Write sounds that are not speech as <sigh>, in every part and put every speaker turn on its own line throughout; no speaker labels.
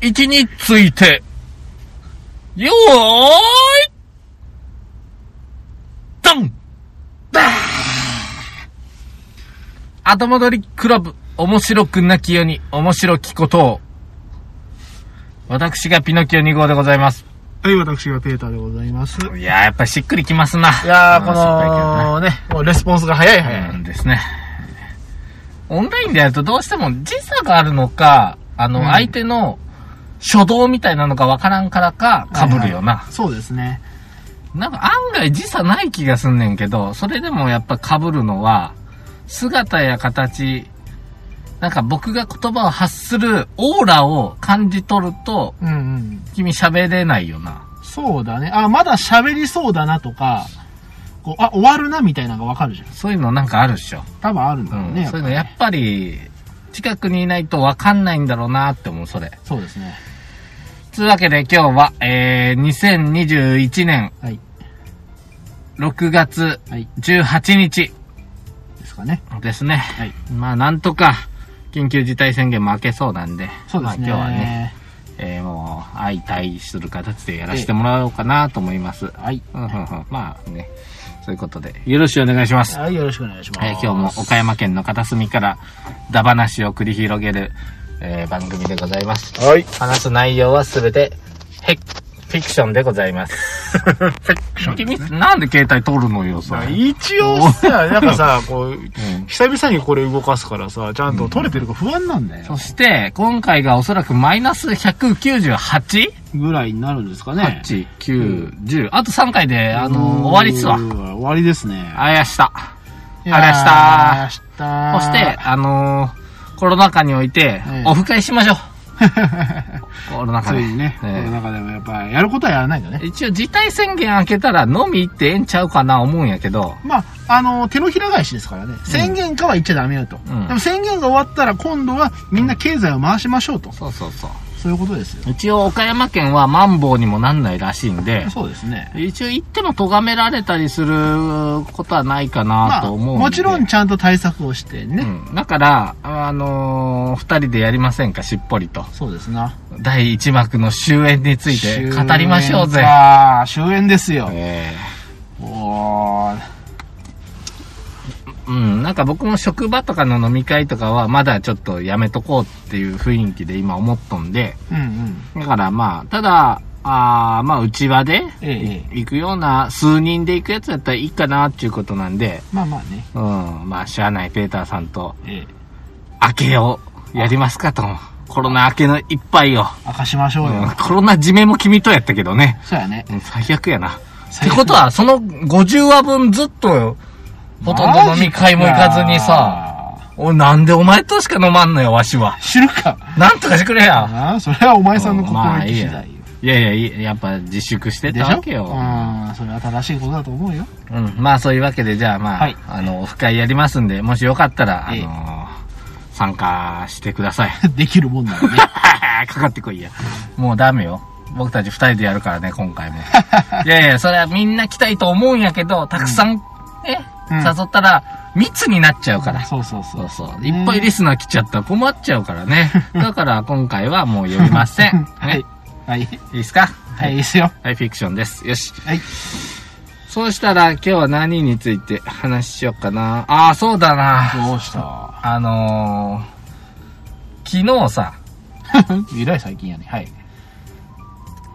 1について、よーい、ドンダーン後戻りクラブ、面白くなきように、面白きことを。私がピノキオ2号でございます。
はい、私がペーターでございます。い
いやー、やっぱりしっくりきますな。
やー、
うん
この、ね、もうレスポンスが早い早い。
うんですね。オンラインでやるとどうしても時差があるのか、あの、
うん
相手の初動みたいなのがわからんからか、被るよな。
そうですね。
なんか案外時差ない気がすんねんけど、それでもやっぱ被るのは、姿や形、なんか僕が言葉を発するオーラを感じ取ると、
うんうん。
君喋れないよな。
そうだね。あ、まだ喋りそうだなとか、こう、あ、終わるなみたいなのがわかるじゃん。
そういうのなんかあるっしょ。
多分あるんだ
う。
ろうんね。
そういう
ぱ
の
り
やっぱり、近くにいないとわかんないんだろうなって思う、それ。
そうですね。
つうわけで今日は、えー、2021年
はい。
6月
はい。
18日
ですかね。
ですね。
はい。
まあなんとか、緊急事態宣言も明けそうなんで、
そうです
まあ、今
ね。
日はね、。えー、もう、相対する形でやらせてもらおうかなと思います。うん
はい。
うんうん、まあね、そういうことで、よろしくお願いします。
はい、よろしくお願いします。
えー今日も岡山県の片隅から、だ話を繰り広げる、えー番組でございます。
はい。
話す内容はすべて、ヘフィクションでございます。君、なんで携帯取るのよ、それ。
一応さ、なんかさ、こ <laughs> う、
ん
久々にこれ動かすからさ、ちゃんと取れてるか不安なんだよ。
そして、今回がおそらくマイナス 198?8、
ぐらいになるんですかね。
8 9、10。あと3回で、あのー終わりっすわ
う。ー終わりですね。
あやした。
いやー
ありがとうございま
ありがとうございま
そして、あのーコロナ禍において
ええ、
オフ会しましょう。コロナ禍
<laughs> つ
で。
いにね、
<laughs> え
こ
え
の中でもやっぱ、やることはやらないんだね。
一応、事態宣言明けたら飲み行ってええんちゃうかな思うんやけど、
まあ、あの、手のひら返しですからね。宣言かは言っちゃダメよと。
うん
でも宣言が終わったら今度はみんな経済を回しましょうと。
そうそうそう。
そういうことですよ。
一応、岡山県はマンボウにもなんないらしいんで、
そうですね。
一応行っても咎められたりすることはないか
ま
な
あ、
と思うんで、
もちろんちゃんと対策をしてね。
うん、だから、あのー二人でやりませんか、しっぽりと。
そうですな。
第一幕の終焉について語りましょうぜ。
ああ、終焉ですよ。
え
おー
えうん、なんか僕も職場とかの飲み会とかはまだちょっとやめとこうっていう雰囲気で今思っとんで、
うんうん。
だからまあ、ただ、あーまあ、うちわで
ええ。
行くような、数人で行くやつだったらいいかなっていうことなんで、
まあまあね。
うん、まあ、しゃあないペーターさんと、
ええ。
明けをやりますかと。コロナ明けの一杯を。
明かしましょうよ。
うんコロナ締めも君とやったけどね。
そうやね。
うん最悪やな。って
最悪
ことは、その50話分ずっと、ほとんど飲み会も行かずにさ、
さ。
おいなんでお前としか飲まんのよ、わしは。
知るか。
なんとかしてくれや。
ああ、それはお前さんの
うん
心
まあ
意
い
気
い
次
や
第よ。
いやいやいや、やっぱ自粛して
で
た
し
わ
ょ
け
う
よ。
ん、それは正しいことだと思うよ。 <laughs>
うん。まあそういうわけで、じゃあまあ、
はい
あの、オフ会やりますんで、もしよかったら、あの
ええ
参加してください。
できるもんならね。
<laughs> かかってこいや。もうダメよ。僕たち二人でやるからね、今 <laughs> 回も。いやいや、それはみんな来たいと思うんやけど、たくさん、ね、
うん
誘ったら密になっちゃうから。
そうそうそ
そう
う。
そう。いっぱいリスナー来ちゃったら困っちゃうからね。だから今回はもう呼びませ <laughs> ん。
は
ね
い。はい。
いいですか
は。い、いいっすよ。
はい、フィクションです。よし。
はい。
そうしたら今日は何について話しようかな。ああ、そうだな。
どうした <laughs>
あのー、昨日さ、
えらい最近やね。はい。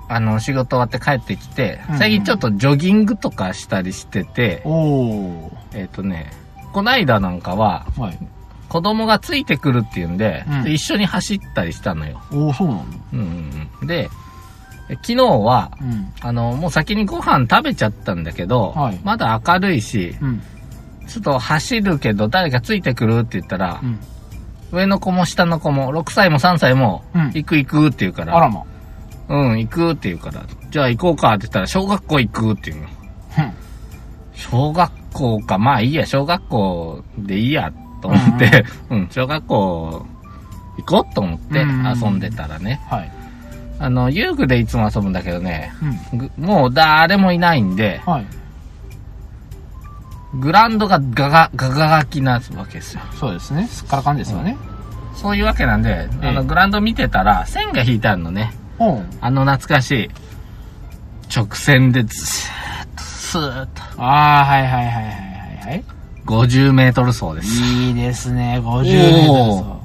あの、仕事終わって帰ってきて
うんう、ん
最近ちょっとジョギングとかしたりしてて、
おー。
えっ、とね、こないだなんかは、
はい。
子供がついてくるっていうんで、
うん
で一緒に走ったりしたのよ。
おー、そうなの
うんうんうん、で、え昨日は、
うん。
あの、もう先にご飯食べちゃったんだけど、
はい
まだ明るいし、
うん。
ちょっと走るけど誰かついてくるって言ったら
う、ん。
上の子も下の子も、6歳も3歳も、
うん
行く行くって言うか
あら
ら、
ま。
うん、行くって言うから、じゃあ行こうかって言ったら、小学校行くって言うの。小学校か、まあいいや、小学校でいいや、と思って、うん、小学校行こうと思って
うんうん
遊んでたらね、
はい。
あの、遊具でいつも遊ぶんだけどね、
うん。
ぐもう誰もいないんで、
はい。
グラウンドがガガ、ガガガキなわけですよ。
そうですね。すっからかんですよね。
そういうわけなんで、あ
ええ
の、グラウンド見てたら、線が引いてあるのね。
うん。
あの懐かしい、直線でずーっと、スーッと、
ああ、はいはいはいはいはいはい。
50メートル走です。
いいですね、50メートル
おー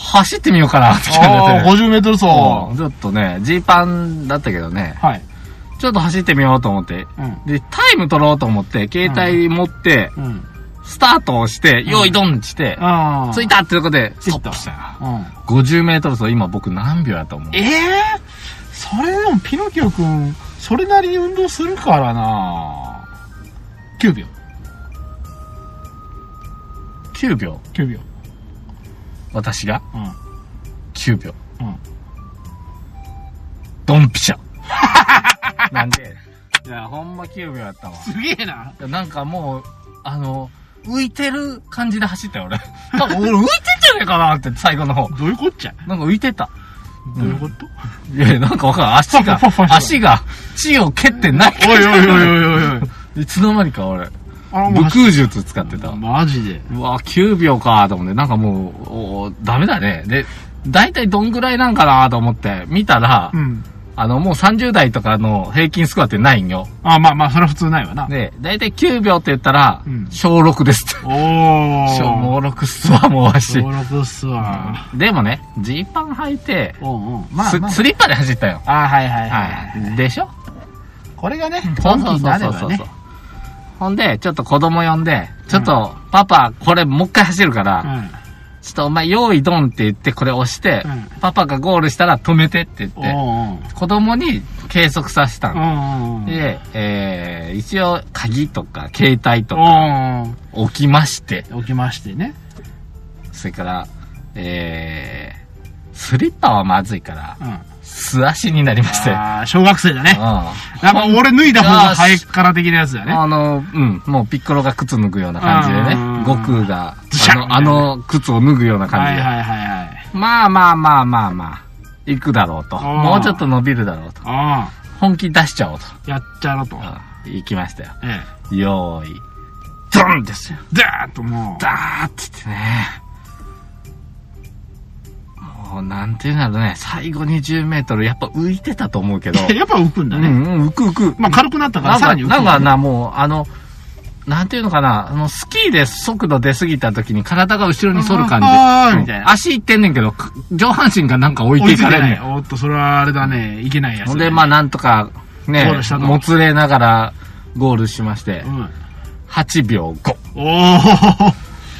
走ってみようかな、って感
ああ、
じで。
50メートル走。は
うんちょっとね、ジーパンだったけどね、
い。
ちょっと走ってみようと思って。
うん。
で、タイム取ろうと思って、携帯持って、
うん。
スタートをして、用意ドンして、
ああ。
着いたっていうことで、
着
ス
いた
トップしたよ。
うん。
50メートル走、今僕何秒やと思う
ええそれでもピノキオくん、それなりに運動するからな9秒。
?9 秒。
9秒。
私が
うん。
9秒。
うん。
ドンピ <laughs> シャ。なんでいや、ほんま9秒やったわ。
すげえな。
なんかもう、あの、浮いてる感じで走ったよ、 <laughs> 俺。多分俺浮いてんじゃねえかなって、最後の方。
どういうこっちゃ
なんか浮いてた。
どういうこと、
いや、なんかわからん。足が <laughs>
ファファファ、ファ
足が、地を蹴ってない。
おいおいおいおいおいおい。
いつの間にか俺、
<laughs> あの
武空術使ってた。
マジで。
うわ、9秒かと思って、なんかもう、おーダメだね。で、大体どんぐらいなんかなと思って、見たら、
うん。
あの、もう30代とかの平均スコアってないんよ。
あ、まあまあ、それは普通ないわな。
で、大体9秒って言ったら、
うん
小6ですって。
おー。
小6っすわ、もうわし。
録っすわ。
でもね、ジーパン履いて、
うんうん。まあまあ
ス。スリッパで走ったよ。
あ、はいはいは。
はいい。でしょ
これがね、本気になればね。。
ほんで、ちょっと子供呼んで、ちょっと、パパ、これもう一回走るから、
うん。
ちょっとお前、用意ドンって言って、これ押して、
うん
パパがゴールしたら止めてって言
お
って、
ー
子供に計測させた
う
の。
ん。うん。うん。
で、えー、一応、鍵とか、携帯とか、
う
置きまして、
ん。起きましてね。
それから、えー、スリッパはまずいから、
うん。
素足になりまして。うん。
ああ、小学生だね。
あ
やっぱ俺脱いだ方が早いから的なやつだね。
の、うん、もうピッコロが靴脱ぐような感じで
うん
ね、悟空が、
ズシャ
あ
ッ
の、あの靴を脱ぐような
は
感
い
じで。
はいはいはい。
まあまあまあまあまあ、行くだろうと。
ん
もうちょっと伸びるだろうと。
あ
本気出しちゃおうと。
あ、やっちゃろうと。
うん行きましたよ。
ええ。
用意、ドンですよ。
ダーッともう。
ダーって言ってね。もう、なんていうんだろうね。最後20メートル、やっぱ浮いてたと思うけ
<laughs>
ど。
やっぱ浮くん
う
だ
ん、
ね。
うん、浮く浮く。
まあ軽くなったか
な
ら
ん
さら
か、
に浮く。
なんかな、もう、あの、なんていうのかな、あの、スキーで速度出過ぎた時に体が後ろに反る感じ。
あー
うん
みたいな
足いってんねんけど、か上半身がなんか置い
追
て
い
い
つい
か
て
れん
な
ね
い。
ん。
おっと、それはあれだね。いけないやつだ
ほん
ね。
で、まあ、なんとか、
ゴ
ね
ールした、と
もつれながら、ゴールしまして
う、ん。
8秒5。
おー。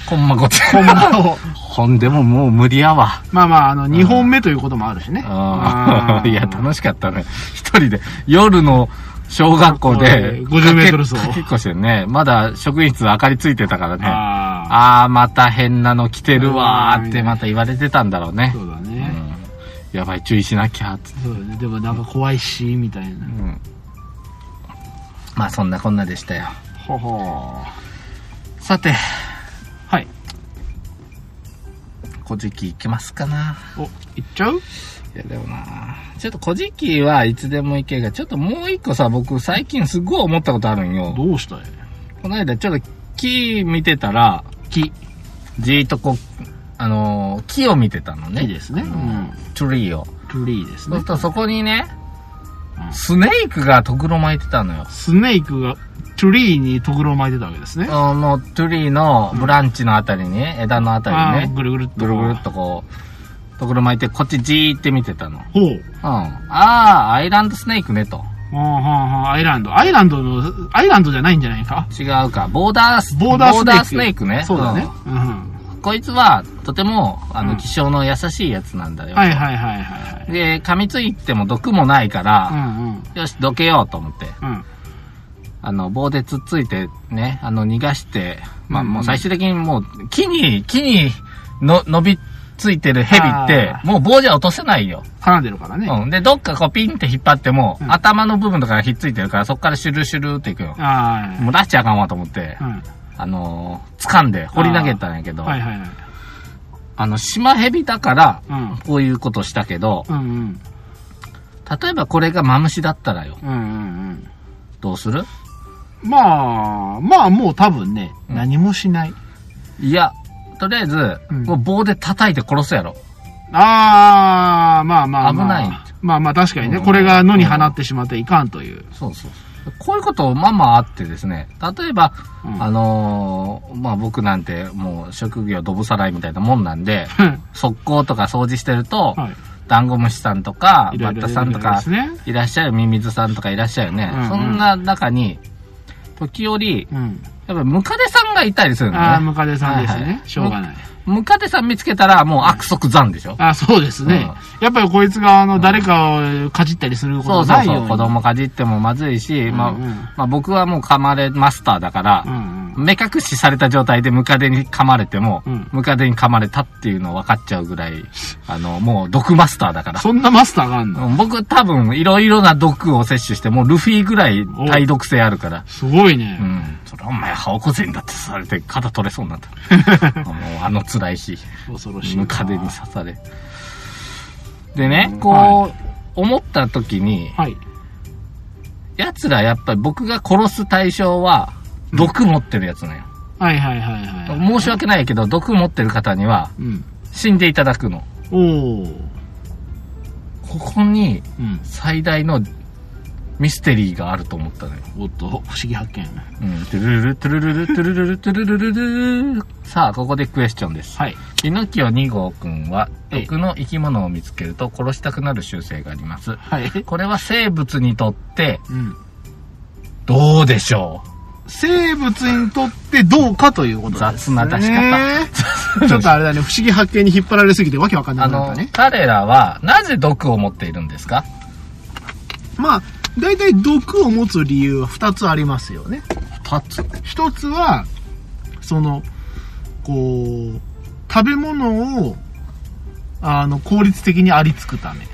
コンマ5
ほんまを。
<laughs> ほんでももう無理やわ。
<laughs> まあまあ、あの、2本目ということもあるしね。
あ
あ
あ
ー
<laughs> いや、楽しかったね。一人で、夜の小学校で、
50メートル走
かけかけっこしてね、まだ職員室明かりついてたからね。あ
ああ。
あー、また変なの来てるわーってまた言われてたんだろうね
そ。うだ
う
ね。
ん、やばい、注意しなきゃーって。
そうだね。でもなんか怖いし、みたいな。
うん、まあ、そんなこんなでしたよ。
ほほ
さて、
はい。
古事記行きますかな。
お、行っちゃう
いや、でもなちょっと古事記はいつでも行けが、ちょっともう一個さ、僕最近すごい思ったことあるんよ。
どうしたい
この間ちょっと木見てたら、
木。
じーっとこう、あのー木を見てたのね。
木ですね。う
うんん。。トゥリーを。
トゥリーです
そうす
ね
る。とそこにね
う、ん
スネークがとぐろ巻いてたのよ。
スネークがトゥリーにとぐろを巻いてたわけですね。
あの、トゥリーのブランチのあたりに、枝のあたり
あー
にね、
ぐるぐるっと。
ぐるぐるっとこう、とぐろ巻いて、こっちじーって見てたの。
ほう。
うん。ああ、アイランドスネークねと。
はあはあはあ、アイランド。アイランドの、アイランドじゃないんじゃないか
違うか。ボーダース、
ボーダースネーク
ね。
そうだね。
ん
うん。
こいつは、とても、あ
うん
の、気性の優しいやつなんだよ。
はいはいはいはいはい。
で、噛みついても毒もないか
う
ら、
んうん。
よし、どけようと思って、
うん。
あの、棒でつっついて、ね、あの、逃がして、まあ、
うん
もう最終的にもう、木に、木にの、伸びついてる蛇って
あ、
もう棒じゃ落とせないよ。
絡んでるからね。
うん。で、どっかこう、ピンって引っ張っても、
うん
頭の部分とかがひっついてるから、そっからシュルシュルっていくよ。
あ
もう出しちゃあかんわと思って
あ。う、ん。
あのー掴んで、掘り投げたんやけど、
はいはいはい。
あの、島蛇だから、
うん。
こういうことしたけど、
うんうん。
例えばこれがマムシだったらよ、
うんうんうん。
どうする
まあ、まあもう多分ね、
うん
何もしない。
いや、とりあえず、
うん
もう棒で叩いて殺すやろ。
ああ、まあまあまあ。
危ない
まあまあ確かにね、
うん
これが野に放ってしまっていかんという。
そうそうそう。こういうことまあまああってですね、例えば、
うん
あのーまあ僕なんてもう職業ドブさらいみたいなもんなんで、速攻とか掃除してると、
はい。
ダンゴムシさんとか、
いろ
バ
い
ッ
ろ
タさんとか
です、ね。
いらっしゃるミミズさんとかいらっしゃるよね。
うんうん
そんな中に、時折、
うん。
やっぱムカデさんがいたりする
あ
の
あ、
ね。
ムカデさんですね。
はいはい
しょうがない。
ムカデさん見つけたらもう悪即残でしょ。
あそうですね。やっぱりこいつが、あの、誰かをかじったりするこ
そ
と
うそ
な
う
いよう
そ
に。
う。子供かじってもまずいし、まあ、
うんうん
まあ僕はもう噛まれマスターだから
う、ん
目隠しされた状態でムカデに噛まれても、
うん
ムカデに噛まれたっていうの分かっちゃうぐらい、あの、もう毒マスターだか
うん。
ら。
そんなマスターがあんの
うん僕多分いろいろな毒を摂取して、もうルフィぐらい体毒性あるから。
すごいうね。
ん。それお前、ハオコゼンだってされて肩取れそうになった。あの、あの辛い日、
恐ろしいな。
ムカデに刺され。でね、こう、
は
思った時に、
はい。
奴らやっぱり僕が殺す対象は、毒持ってるやつなのよ。
はいはいはいはい。
申し訳ないけど、毒持ってる方には、
うん。
死んでいただくの。
おお。
ここに、
うん。
最大のミステリーがあると思ったのよ。
おっと、不思議発見。
うん。トゥルルル、トゥルルル、トゥルルル、トゥルルルルル。さあ、ここでクエスチョンです。
はい。
ピノキオ2号くんは
ええ
毒の生き物を見つけると殺したくなる習性があります。
はい。
これは生物にとって
うん。
どうでしょ
生物にとってどうかということですね。
雑な出し
方。 <laughs> ちょっとあれだね、不思議発見に引っ張られすぎてわけわかん
う
な
あ
くな
の
ったね、。
彼らはなぜ毒を持っているんですか
まあ、大体毒を持つ理由は2つありますよね。
二つ。
1つは、その、こう、食べ物を、あの、効率的にありつくため、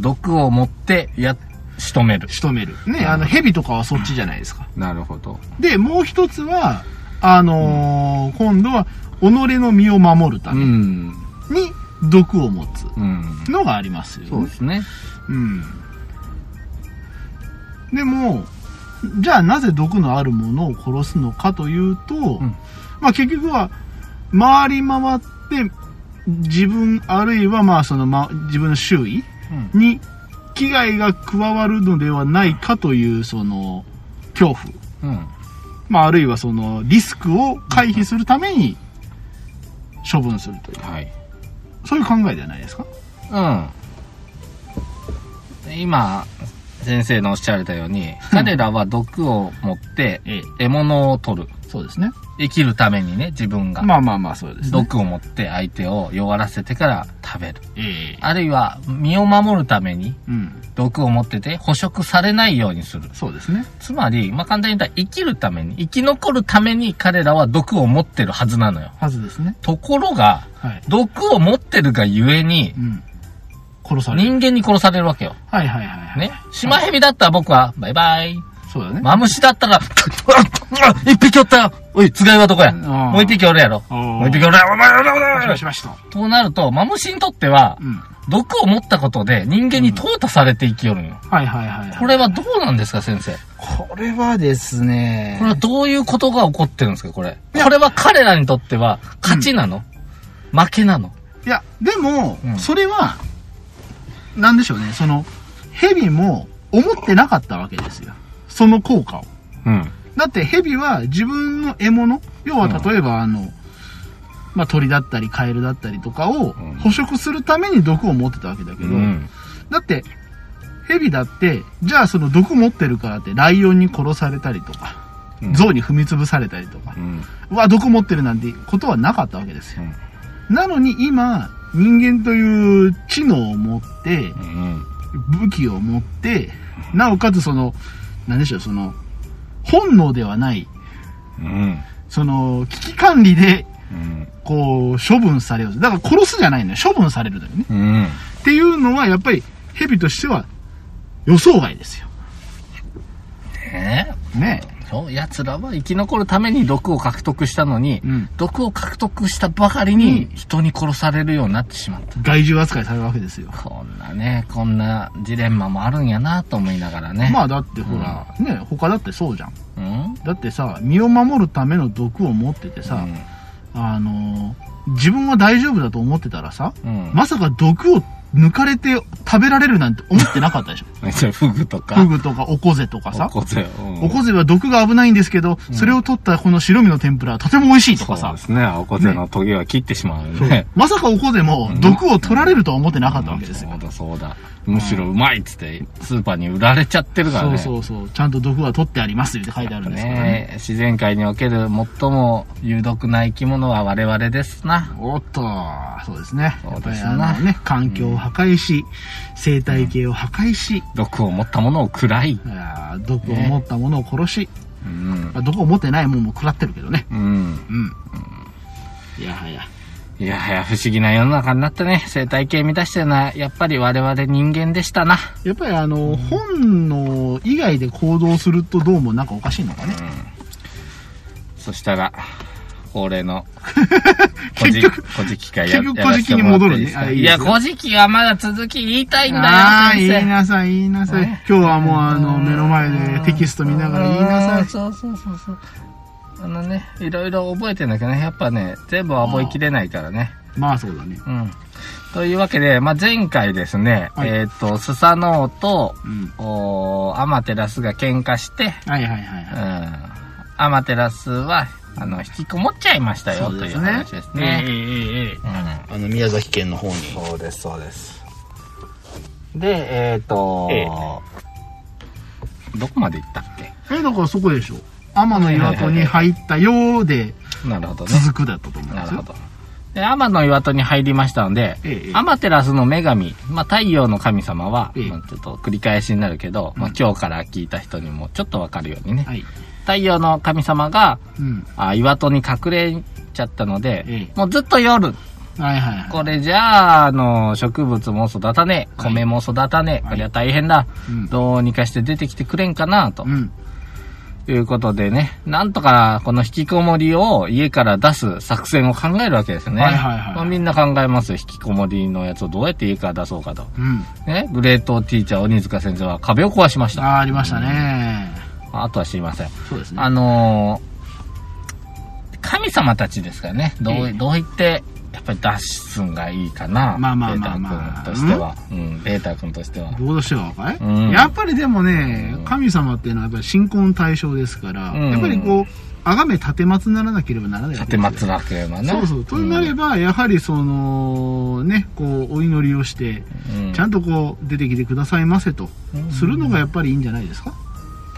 毒を持ってや、仕留める。
仕留める。ね、あの、蛇とかはそっちじゃないですか。
なるほど。
で、もう1つは、あのー今度は、己の身を守るた
う
め
ん。
に毒を持つ
うん。
のがありますよね。
そうですね。
うん。でも、じゃあなぜ毒のあるものを殺すのかというと、
ん
まあ結局は、回り回って、自分、あるいはまあその、ま、自分の周囲
うん。
に危害が加わるのではないかという、その、恐怖。
うん。
まああるいはその、リスクを回避するために、処分するという。
はい。
そういう考えじゃないですか
うん。今、先生のおっしゃられたように、彼らは毒を持って
ええ。
獲物を取る。
そうですね。
生きるためにね、自分が。
まあまあまあ、そうですね。
毒を持って相手を弱らせてから食べる。
ええ
あるいは、身を守るために
うん。
毒を持ってて捕食されないようにする。
そうですね。
つまり、まあ、簡単に言ったら生きるために、生き残るために彼らは毒を持ってるはずなのよ。
はずですね。
ところが、
はい。
毒を持ってるがゆえに
う、ん。殺される。
人間に殺されるわけよ。
はいはいはいはい。
ね。シマヘビだったら僕は、バイバイ。
そうだね。
マムシだったら、 <laughs> 一匹おったよおい、つがいはどこや
ん
もう一匹おるやろ
おー
もう一匹おるやろお前お前お前お
おし
前
ましましと。
となると、マムシにとっては
う、ん。
毒を持ったことで人間に淘汰されて生きよるんよ。
はいはいはいはい。
これはどうなんですか、先生。
これはですね
これはどういうことが起こってるんですか、これ。これは彼らにとっては、勝ちなの、負けなの
いや、でも、
うん
それは、なんでしょうね、その、蛇も思ってなかったわけですよ。その効果を。
うん。
だって蛇は自分の獲物、要は例えばあの、まあ、鳥だったりカエルだったりとかを
うん
捕食するために毒を持ってたわけだけ
う
ど、
ん。
だって、蛇だって、じゃあその毒持ってるからって、ライオンに殺されたりとか、
うん
象に踏み潰されたりとか
う、ん。
うわ、毒持ってるなんてことはなかったわけですよ。なのに今、人間という知能を持って、
うん。
武器を持って、なおかつその、なんでしょう、その、本能ではない、
うん。
その、危機管理で、
うん。
こう、処分されよう。だから殺すじゃないのよ。処分されるのよね。
うん。
っていうのは、やっぱり、蛇としては、予想外ですよ。
ねえ
ね
そう、奴らは生き残るために毒を獲得したのに、
うん
毒を獲得したばかりに人に殺されるようになってしまった。
害獣扱いされるわけですよ。
こんなね、こんなジレンマもあるんやなと思いながらね。
まあだってほら、ね、他だってそうじゃん。
うん
だってさ、身を守るための毒を持っててさ、
うん
あのー自分は大丈夫だと思ってたらさ、
うん。
まさか毒を抜かれて食べられるなんて思ってなかったでし
<laughs>
ょ。
じゃあフグとか。
フグとかオコゼとかさ。
おこぜ。うん
オコゼは毒が危ないんですけど、それを取ったこの白身の天ぷらはとても美味しいとか
そう
さ
で。すね。おこぜの棘は切ってしまうよね。
まさかオコゼも毒を取られるとは思ってなかったわけですよ。
そうだそうだ。むしろうまいっつって、スーパーに売られちゃってるから
そう
ね。
そうそう。ちゃんと毒は取ってありますって書いてあるんですからね。
ね自然界における最も有毒な生き物は我々ですな。
おっと、そうですね。
そう
やっぱ
で
り
すな
あのね、環境を破壊し、生態系を破壊し、
毒を持ったものを食らい。
あー毒を持ったものを殺し、
うん。
まあ毒を持ってないもんも食らってるけどね。
うん。
うん。いやはや。
いやはや不思議な世の中になってね、生態系乱してるのは、やっぱり我々人間でしたな。
やっぱりあの、本能以外で行動するとどうもなんかおかしいのかね。
そしたら、恒例 <laughs> の、こ
結
じ、
局
こじき会
結局こじきに戻るね
やらせてもらっていいですか
あいい
い
です
や、
よ
こじきはまだ続き言いたいんだよ、
ああ、
先
言
生
いなさい、言いなさい
ね。
今日はもうあの、目の前でテキスト見ながら言いな
うーん
さ
そうそうそうそう。あのね、いろいろ覚えてんだけどね、やっぱね、全部は覚えきれないからね。
い。まあそうだね。
うん。というわけで、まあ、前回ですね、
はい
えっ、と、スサノオと、
うん。
おーアマテラスが喧嘩して、
はいはいはい
うん
はい。
アマテラスは、あの、引きこもっちゃいましたよ、という話ですね。
ええええ
うん
あの、宮崎県の方に。
そうです、そうです。で、えっ、と、
え
どこまで行ったっけ
え、だからそこでしょ。天の岩戸に入ったようで
なるほどね。
続くだったと思うん
な
で
るほ
すよ。
ど。で、天の岩戸に入りましたので、
ええええ
アマテラスの女神、まあ、太陽の神様は、
ええ
まあちょっと繰り返しになるけど、まあ、今日から聞いた人にもちょっとわかるようにね、
はい。
太陽の神様が、
うん。
あ岩戸に隠れちゃったので、
ええ
もうずっと夜、
はいはいはい。
これじゃあ、あの、植物も育たねえ、
はい
米も育たねえ、
はい
こりゃ大変だ、
うん
どうにかして出てきてくれんかな、と
うん。
いうことでね、なんとかこの引きこもりを家から出す作戦を考えるわけですよね。
はいはいはい
まあみんな考えますよ。引きこもりのやつをどうやって家から出そうかと。
うん。
ね、グレートティーチャー鬼塚先生は壁を壊しました。
ああ、ありましたね。
あとは知りません。
そうですね。
あのー神様たちですからね、どう、
ええ
どう言って、やっぱり脱出んがいいかな。
まあまあまあまあ
ベータ君としては。うん、ベータ君としては。
どうしてはかい、
うん
やっぱりでもね、
うん
神様っていうのはやっぱり信仰の対象ですから、
うん
やっぱりこう、あがめ立てまつならなければならないわけ
立
ですよ
松楽山ね。
そうそう。となれば、やはりその、ね、こう、お祈りをして、
うん
ちゃんとこう、出てきてくださいませと、
うん
するのがやっぱりいいんじゃないですか、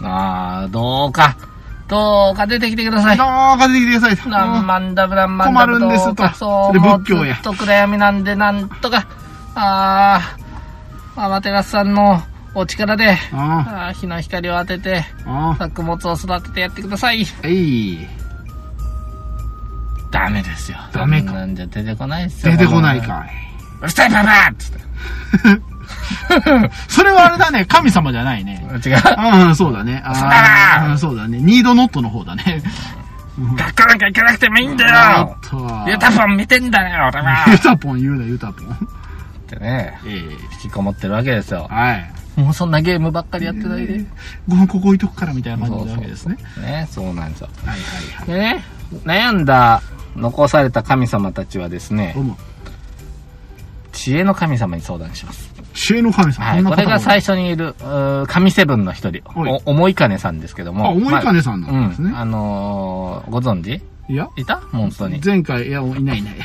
ああ、どうか、どうか出てきてください。
どうか出てきてください。
何万だブランマン
困るんですと
そう、
それ
もう
仏教や
ずっと暗闇なんで、なんとか、ああ、アマテラスさんのお力で、
あ
あー日の光を当てて、
あ、ああ、
作物を育ててやってください。
えい。
ダメですよ。
ダメ
こ
か
んなんじゃ出てこないですよ。
出てこない。か。
うるさい、ババーっつって。
それはあれだね、神様じゃないね。 <laughs>
違う。
うん、そうだね。あ
そうだ
あ、
な
うんそうだね。ニードノットの方だね。
学校なんか行かなくてもいいんだ
お
よ
っと。
ユタポン見てんだよ、俺は
ユタポン言うな、ユタポン。
ってね、
ええ
引きこもってるわけですよ。
はい。
もうそんなゲームばっかりやってないで。
ご飯ここ置いとくからみたいな感じなわけですね。
ね、そうなんですよ。
はいはいはい。
でね、悩んだ、残された神様たちはですね
どう、も。
知恵の神様に相談します。
知恵の神様、
は
こ
い、
んな
こ
方
れが
も
最初にいる、うー神セブンの一人、
はい
お、思い金さんですけども。
あ思い金さんなんですね
まあうん、あのーご存知
いや、
いたモンストに。
前回、いや、い
<laughs>
ないいない。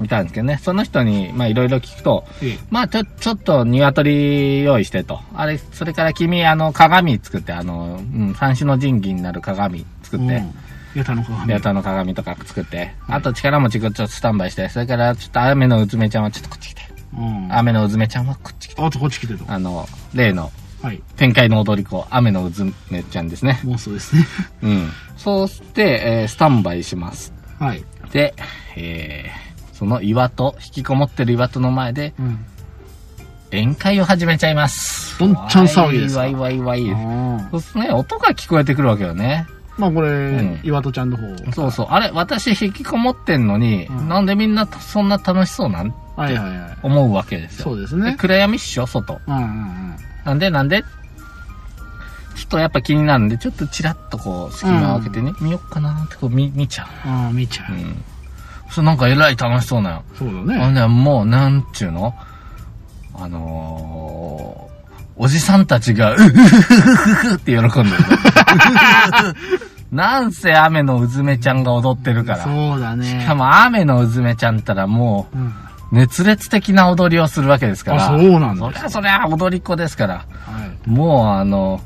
いたんですけどね、その人に、まあいろいろ聞くと、
ええ
まあちょ、ちょっと鶏用意してと。あれ、それから君、あの、鏡作って、あの、うん、三種の神器になる鏡作って、
うんやたの鏡。
ベタの鏡とか作って、あと力持ちこっちょっとスタンバイして、それからちょっと雨のうずめちゃんはちょっとこっち来て。
うん。あ
雨のうずめちゃんはこっち来て。
とこっち来てと。
あの、例の
はい。
展開の踊り子、雨のうずめちゃんですね。
妄想ですね。 <laughs>
うん。そうして、えースタンバイします。
はい。
で、えー、その岩戸、引きこもってる岩戸の前で
うん。
宴会を始めちゃいます。
どんちゃん騒ぎですか
わいわいわいわい。
あ
そうですね、音が聞こえてくるわけよね。
まあこれ、
ん
岩戸ちゃんの方。
そうそう。あれ、私引きこもってんのに、
うん
なんでみんなそんな楽しそうなん
はいはいはい。
思うわけですよ。
そうです
で
ね。
暗闇っしょ、外。
うんうんうん。
なんでなんでちょっとやっぱ気になるんで、ちょっとチラッとこう、隙間を開けてね、見よっかなってこう見、見ちゃ
ああ、見ちゃ
う。う
う。
ん。そう、なんかえらい楽しそうなよ。
そうだ
あの
ね。
ね、もう、なんちゅうのあのー、おじさんたちが、うふふふふって喜ん
<laughs>
でる。なんせ雨のうずめちゃんが踊ってるから。し
そうだね。
かも雨のうずめちゃんったらも
うん
う、熱烈的な踊りをするわけですから。
あそうなんだ
そりゃそりゃ踊り子ですから。
はい。
もうあの、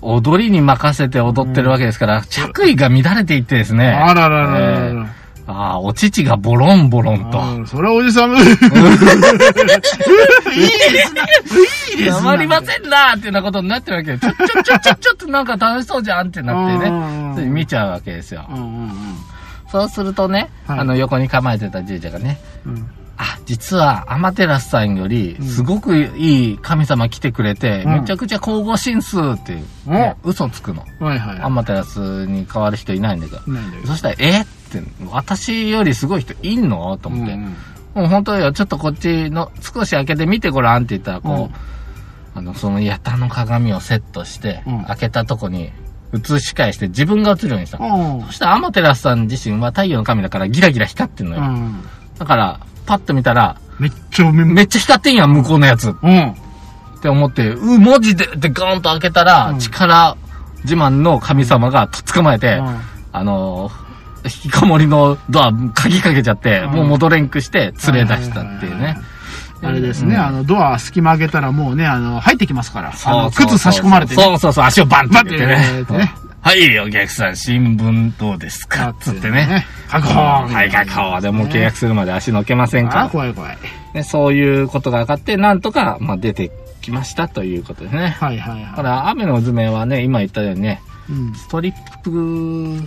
踊りに任せて踊ってるわけですから、着衣が乱れていってですね。
あららららら
えー
ら。
ああ、お乳がボロンボロンと。
うんそれはおじさんの、いいですね。い
<laughs>
いですね。
たまりませんなーっていうようなことになってるわけで、ちょ、ちょ、ちょ、ちょ、ちょっとなんか楽しそうじゃんってなって
うんうん
ね
うん、
それ見ちゃうわけですよ
う。んうん
そうするとね、
はい
あの横に構えてたじいちゃんがね、
うん。うん
あ、実はアマテラスさんより、すごくいい神様来てくれて、
うん
めちゃくちゃ神々神数っていう、
お
ね嘘つくの。
はいはい。
アマテラスに変わる人いないんだけど。
ないんだけど。
そしたら、えって、私よりすごい人いんのと思って。もう本当よ、ちょっとこっちの、少し開けて見てごらんって言ったら、こう、あの、その八田の鏡をセットして、
うん
開けたとこに映し返して自分が映るようにしたの。
うん。
そしたら、アマテラスさん自身は太陽の神だからギラギラ光ってんの
う
よ。
ん。
だから、パッと見たら、
めっちゃうめ
めっちゃ光ってんやん、向こうのやつ。
うん。
って思って、う、文字でってガーンと開けたら、
うん
力自慢の神様がとっ捕まえて、
うん
あのー、引きこもりのドア、鍵かけちゃって、
うん
もう戻れんくして連れ出したっていう
はいはいはい
ね
はい。あれですね、
うん
あの、ドア隙間開けたらもうね、あの、入ってきますから。あ
そ
の
うそうそう
靴差し込まれてね。
そうそうそう、足をバンって入れ
バンって入れ
て
て
ね。
ね
はい、お客さん、新聞どうですかつってね。。
確保
はい、確保。でもう契約するまで足のけません
あ
か
怖い怖い。
ら。ね、そういうことが分かって、なんとか、まあ、出てきましたということですね。
はいはい
た
は
だ、雨の図面はね、今言ったようにね、
い。うん
ストリッ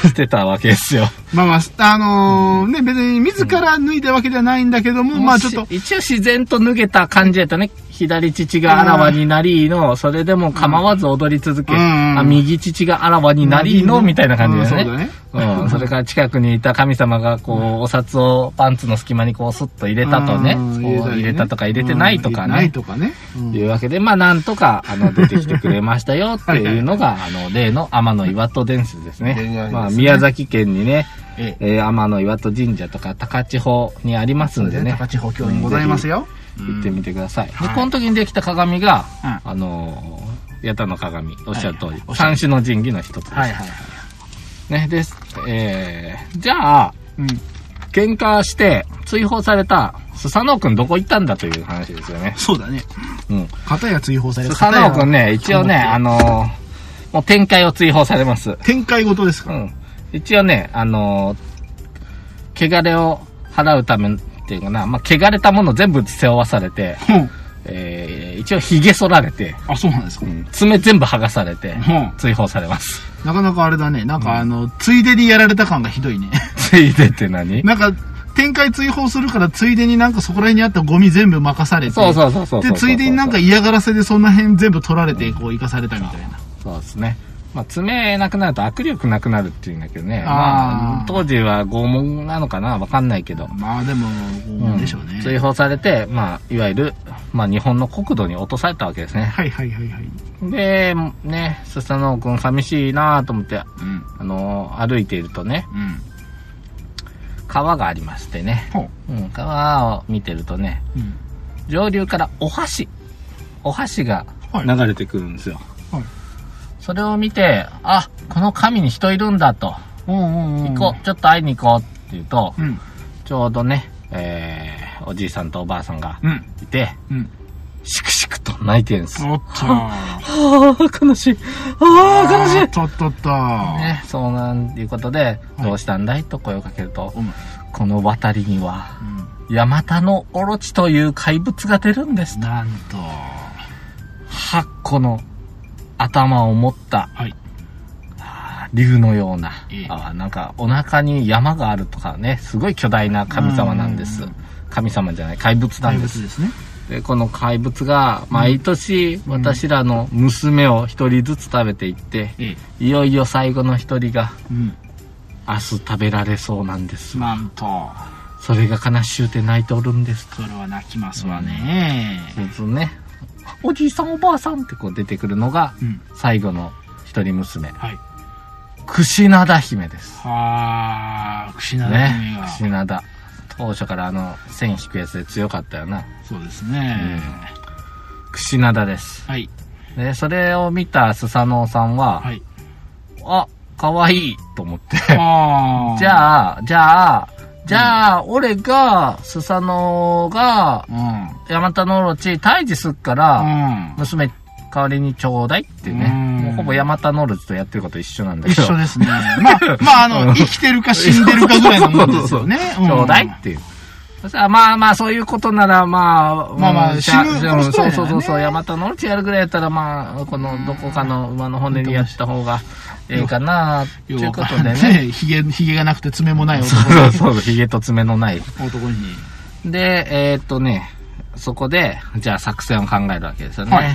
プしてたわけですよ。
まあまあ、あのーね、別に自ら脱いだわけではないんだけども、まあちょっと、
一応自然と脱げた感じやったね。左乳があらわになりの、それでも構わず踊り続け、
うんうん
あ右乳があらわになりの、みたいな感じだよね。
うんそうだね
うんそれから近くにいた神様が、こう、お札をパンツの隙間にこう、スッと入れたとね、
うん
こう
たり
入
ね
れたとか入れてないとか
うん入れてない
ね。
とかね。うん
いうわけで、まあ、なんとか、あ
<laughs>
の、出てきてくれましたよっていうのが、あの、例の天の岩戸伝説です
伝説です
ね。
ね
まあ、宮崎県にね、
ええ
えー天の岩戸神社とか高千穂にありますんでね。
高千穂教にございますよ。
行ってみてください。で
はい
この時にできた鏡が、
う
あのー、八田の鏡、おっしゃる通り、
はいはい
三種の神器の一つです。
はいはいはい。
ね、です。えー、じゃあ、
うん。
喧嘩して追放された、スサノオくんどこ行ったんだという話ですよね。
そうだね。
うん。
片や追放され
ス
る。
サノオくん
片
ね、
や
一応ね、あのー、もう展開を追放されます。
展開ごとですか
う
ら。
ん。一応ね、あのー、汚れを払うためっていうかな、まあ、汚れたもの全部背負わされて、
うん。
えー、一応髭剃られて、
あ、そうなんですか。
爪全部剥がされて、 <laughs>
うん
追放されます。
なかなかあれだね。なんかあの、ついでにやられた感がひどいね。
ついでって何
なんか、展開追放するから、ついでになんかそこら辺にあったゴミ全部任されて。
そうそうそうそうそうそうそう
で、ついでになんか嫌がらせでその辺全部取られて、こう、生かされたみたいな。
そうですね。まあ、爪なくなると握力なくなるっていうんだけどね。
あー
まあ、当時は拷問なのかなわかんないけど。
まあでも、
うん
でしょうね。
追放されて、まあ、いわゆる、まあ、日本の国土に落とされたわけですね。
はいはいはいはい。
で、ね、スサノオくん寂しいなと思って、
うん。
あのー歩いているとね、
うん。
川がありましてね。
ほう。
うん、川を見てるとね、
うん。
上流からお箸お箸が
はい
流れてくるんですよ、
はい
それを見てあこの神に人いるんだと
うんうんうん。
行こう、ちょっと会いに行こうって言うと、
う。うん。
ちょうどね、えー、おじいさんとおばあさんが
うん。
いて
うん。
しくしくと泣いてるんですあ
おっとー。
あ悲しいああ悲し
お
い
っとっとっと。
ね、そうなんていうことで、どうしたんだいと声をかけると、
うん。
この渡りには、
う
ヤマタノオロチという怪物が出るんです
ん。なんと。
8個の頭を持った
はい。
竜のような
ええ、
あなんかお腹に山があるとかね、すごい巨大な神様なんです
うん。
神様じゃない、怪物な
怪
んで
物
す。
ですね。
で、この怪物が毎年私らの娘を一人ずつ食べていって、
ええ。
いよいよ最後の一人が
うん。
明日食べられそうなんです。
なんと。
それが悲しゅうて泣いておるんです。
それは泣きますわね。
そうするとね、おじいさんおばあさんってこう出てくるのが
うん。
最後の一人娘。
はい。
串灘姫です。
はあ、串田姫
ね
が。。
串灘。当初からあの、線引くやつで強かったよな。
そうですね。
串灘です。
はい。
で、それを見たスサノオさんは、 <laughs>
はい。
あ、可愛いと思って。
あ
<laughs>
あ。
じゃあ、じゃあ、じゃあ、俺が、スサノオが、
うん。
ヤマタノオロチ退治すっから、
うん。
娘代わりにちょうだいってね。
うん
もうほぼヤマタノオロチとやってること一緒なんだけ
一
ど。
緒
<laughs>
ですね。まあ、まあ、あ
うん
の、生きてるか死んでるかぐらいのもんで
<laughs>
すよね。
ちょうだい
ん
っていう。そしたら、まあまあ、そういうことなら、まあ、
まあまあ
うん
死ぬ
じゃあ
殺す
そう
とやらね
そうそうそう、ヤマタノオロチやるぐらいやったら、まあ、この、どこかの馬の骨にやった方が、ええかな、とい
よ
う
く
こ
わ
と
かん
で
<laughs> ない
ね。
ひげ、ひげがなくて爪もない男
そうそうそう、髭と爪のない。
男に。
で、えーっとね、そこで、じゃあ作戦を考えるわけですよね。
はい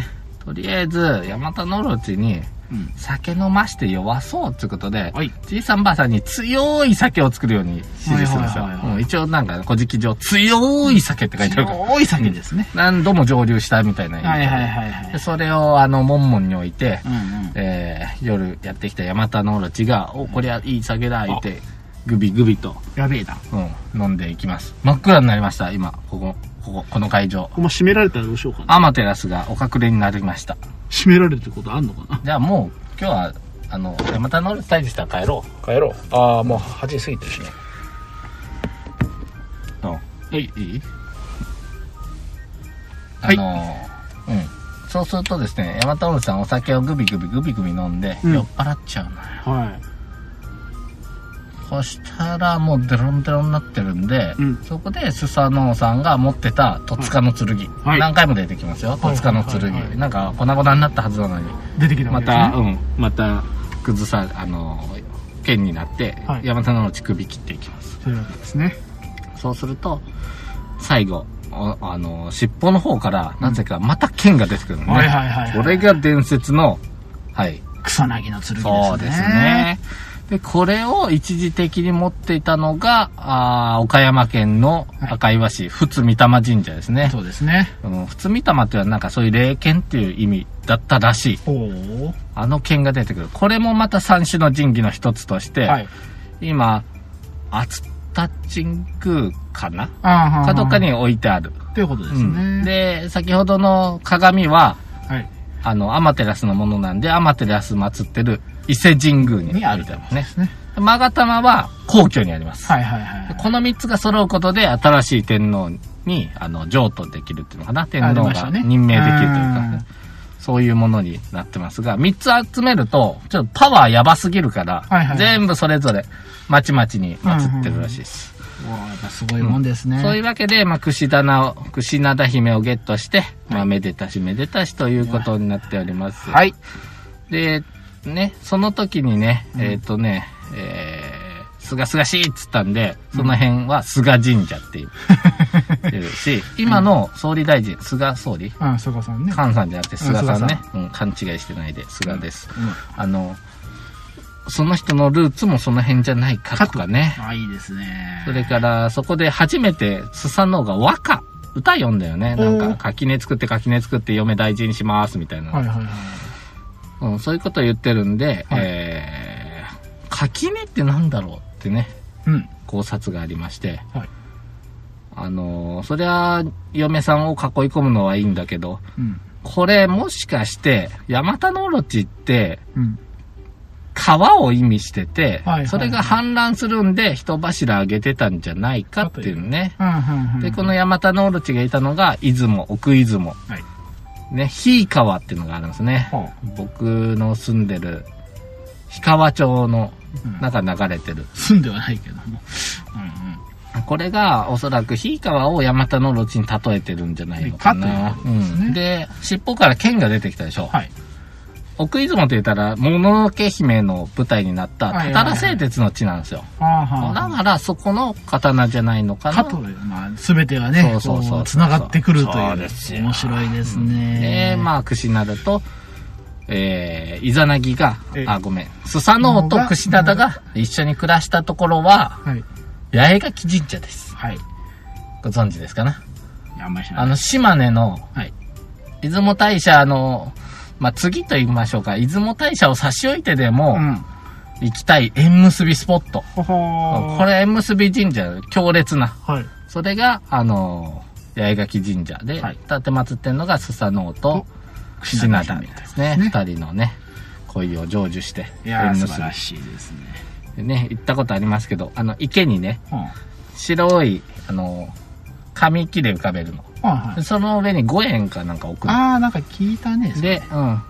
とりあえず、ヤマタノオロチに
うん。
酒飲まして弱そうっていうことで、
はい。
じいさんばあさんに強い酒を作るように指示するんですよ。
はいはいはいはい
うん一応なんか、古事記上、強い酒って書いてあるから。
多い酒ですね。
何度も蒸留したみたいな意味で。
はいはいはいは
で
い。
それを、あの、モンモンに置いて、
うんうん。
えー、夜やってきたヤマタノオロチが、お、こりゃいい酒だ、言って、グビグビと、
やべえな。
うん、飲んでいきます。真っ暗になりました、今、ここ、ここ、この会場。
ここ閉められたらどうしようかな。
アマテラスがお隠れになりました。
閉められるってことあんのかな
じゃあもう、今日は、あの、山田の退治したら帰ろ
帰ろう。ああ、もう8時過ぎてるしね。
う。うん。
はい、いい
あのーうん。そうするとですね、山田おさんお酒をグビグビグビグビ飲んで、
うん
酔っ払っちゃうのよ。
は
そしたらもうデロンデロンになってるんで、
うん
そこでスサノオさんが持ってた戸塚の剣、
はい
何回も出てきますよ、戸塚の剣、
はいはいはいはい
なんか粉々になったはずなのに、
い。出てきた
ま
わけですね
た、うん、また崩さあの剣になって、
はい
山田の内首切っていきます
そういうわけですね。
そうすると最後おあの尻尾の方からなぜかまた剣が出てくるのね、
はいはいはいはい
これが伝説のはい
草薙の剣ですね。
そうですねでこれを一時的に持っていたのがあー岡山県の赤岩市、仏御霊神社ですね
そうですね。
うん仏御霊っていうのはなんかそういう霊剣っていう意味だったらしい
おお。
あの剣が出てくる。これもまた三種の神器の一つとして、
はい。
今、熱田神宮かな
あ
かどっか
に。
に置いてある。
ということで
う
す
ん、
ね。、
で、先ほどの鏡は、
はい。
あの、アマテラスのものなんで、アマテラス祀ってる伊勢神宮にあるだろうね。
ね。
マガタマは皇居にあります。
はいはいはい。
この三つが揃うことで、新しい天皇に、あの、譲渡できるっていうのかな。天皇が任命できるというか
ありましたねう
ね
ん、
そういうものになってますが、三つ集めると、ちょっとパワーやばすぎるから、
はいはい
全部それぞれ、まちまちに祀ってるらしいです。
うわやっぱすごいもんですね。
そういうわけで、まあ、串棚を、串灘姫をゲットして、まあ、めでたしめでたしということになっております。
はい。
で、ね、その時にね、えっ、とね、えー、すがすがしいっつったんで、その辺は菅神社っていういうし、今の総理大臣、菅総理
<laughs> あ、そこさんね。
菅さんじゃなくて菅さん
菅
ね。うん、勘違いしてないで、菅です。
うん
あの、その人のルーツもその辺じゃないかとかね。
あ、いいですね。
それから、そこで初めて、スサノオが和歌、歌読んだよね。なん
お
か、
ー
垣根作って垣根作って嫁大事にします、みたいな。
はいはいはい。
うん、そういうことを言ってるんで、
はい
えー、垣根ってなんだろうってね、
うん。
考察がありまして、
はい。
あのーそりゃ、嫁さんを囲い込むのはいいんだけど、
うん。
これもしかして、ヤマタノオロチって、
うん。
川を意味してて、
はいはい
それが氾濫するんで、人柱上げてたんじゃないかっていうね。
うん。
で、この、ヤマタノオロチがいたのが、出雲、奥出雲。
はい。
ね、氷川っていうのがあるんですね。
ほ
僕の住んでる、氷川町の
うん
中流れてる。
う。住んではないけども。うん
これがおそらく氷川を山田の路地に例えてるんじゃないのかな
か。ということですね
うんで、尻尾から剣が出てきたでしょ。
うん。はい。
奥出雲と言ったら、もののけ姫の舞台になった、
はいは
た
い
た
はい
ら製鉄の地なんですよ。
ああ、は
だから、そこの刀じゃないのかな。
かと、まあ、すべてがね、
そうそうそう
こ繋がってくるという。
そうですよ
面白いです
で
ね。、
まあ、串灘と、えー、イザナギが
え、
あ、ごめん、スサノオと串灘が一緒に暮らしたところは、
あ、はい。
八重垣神社です。
はい。
ご存知ですかね。
いやあんまり知ら
あ
ない。
の、島根の、
はい。
出雲大社の、まあ、次と言いましょうか、出雲大社を差し置いてでも、
うん。
行きたい縁結びスポット。
はは
これ縁結び神社、強烈な。
はい。
それが、あのー、八重垣神社で、
はい
立て祀ってんのがスサノオとシ
シナ
ナ
ダ
ダ
姫
姫ですね。
ね
二人のね、恋を成就して、
いやー、
縁
素
結
晴らしいですね。
び。でね、行ったことありますけど、あの、池にね、
は
白い、あのー、紙木で浮かべるの。
あ、はいは
で
い。
その上に5円かなんか置くの。
あー、なんか聞いたね。
で、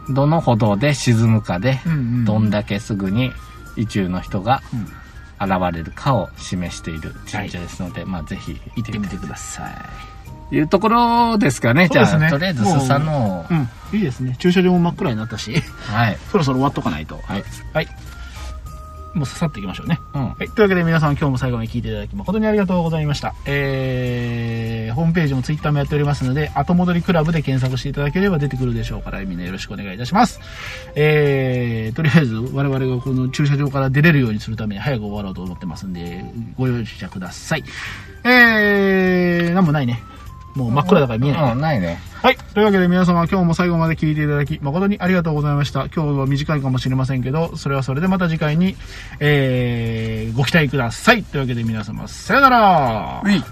うん、どの歩道で沈むかで、
うんうん。
どんだけすぐに意中の人が
うん
現れるかを示している神社ですので、まあぜひ行っ
行ってて
み
み
て
て
く
く
だ
だ
さ
さ
い。いうところですかね。じゃ
そう
あ、
ですね
とりあえず、
もう
スサノオ
い。うん。いいですね。駐車場も真っ暗になったし、 <laughs>
はい。
そろそろ終わっとかないと。
はい。
はい。もうささっていきましょうね。
うん。
はい、というわけで皆さん今日も最後まで聞いていただき誠にありがとうございました。えー、ホームページもツイッターもやっておりますので、後戻りクラブで検索していただければ出てくるでしょうから、みんなよろしくお願いいたします。えー、とりあえず我々がこの駐車場から出れるようにするために早く終わろうと思ってますんで、ご容赦ください。えー、なんもないね。もう真っ暗だから見えない。
うん、ないね。
はい。というわけで皆様今日も最後まで聞いていただき誠にありがとうございました。今日は短いかもしれませんけど、それはそれでまた次回に、えー、ご期待ください。というわけで皆様、さよなら
うい。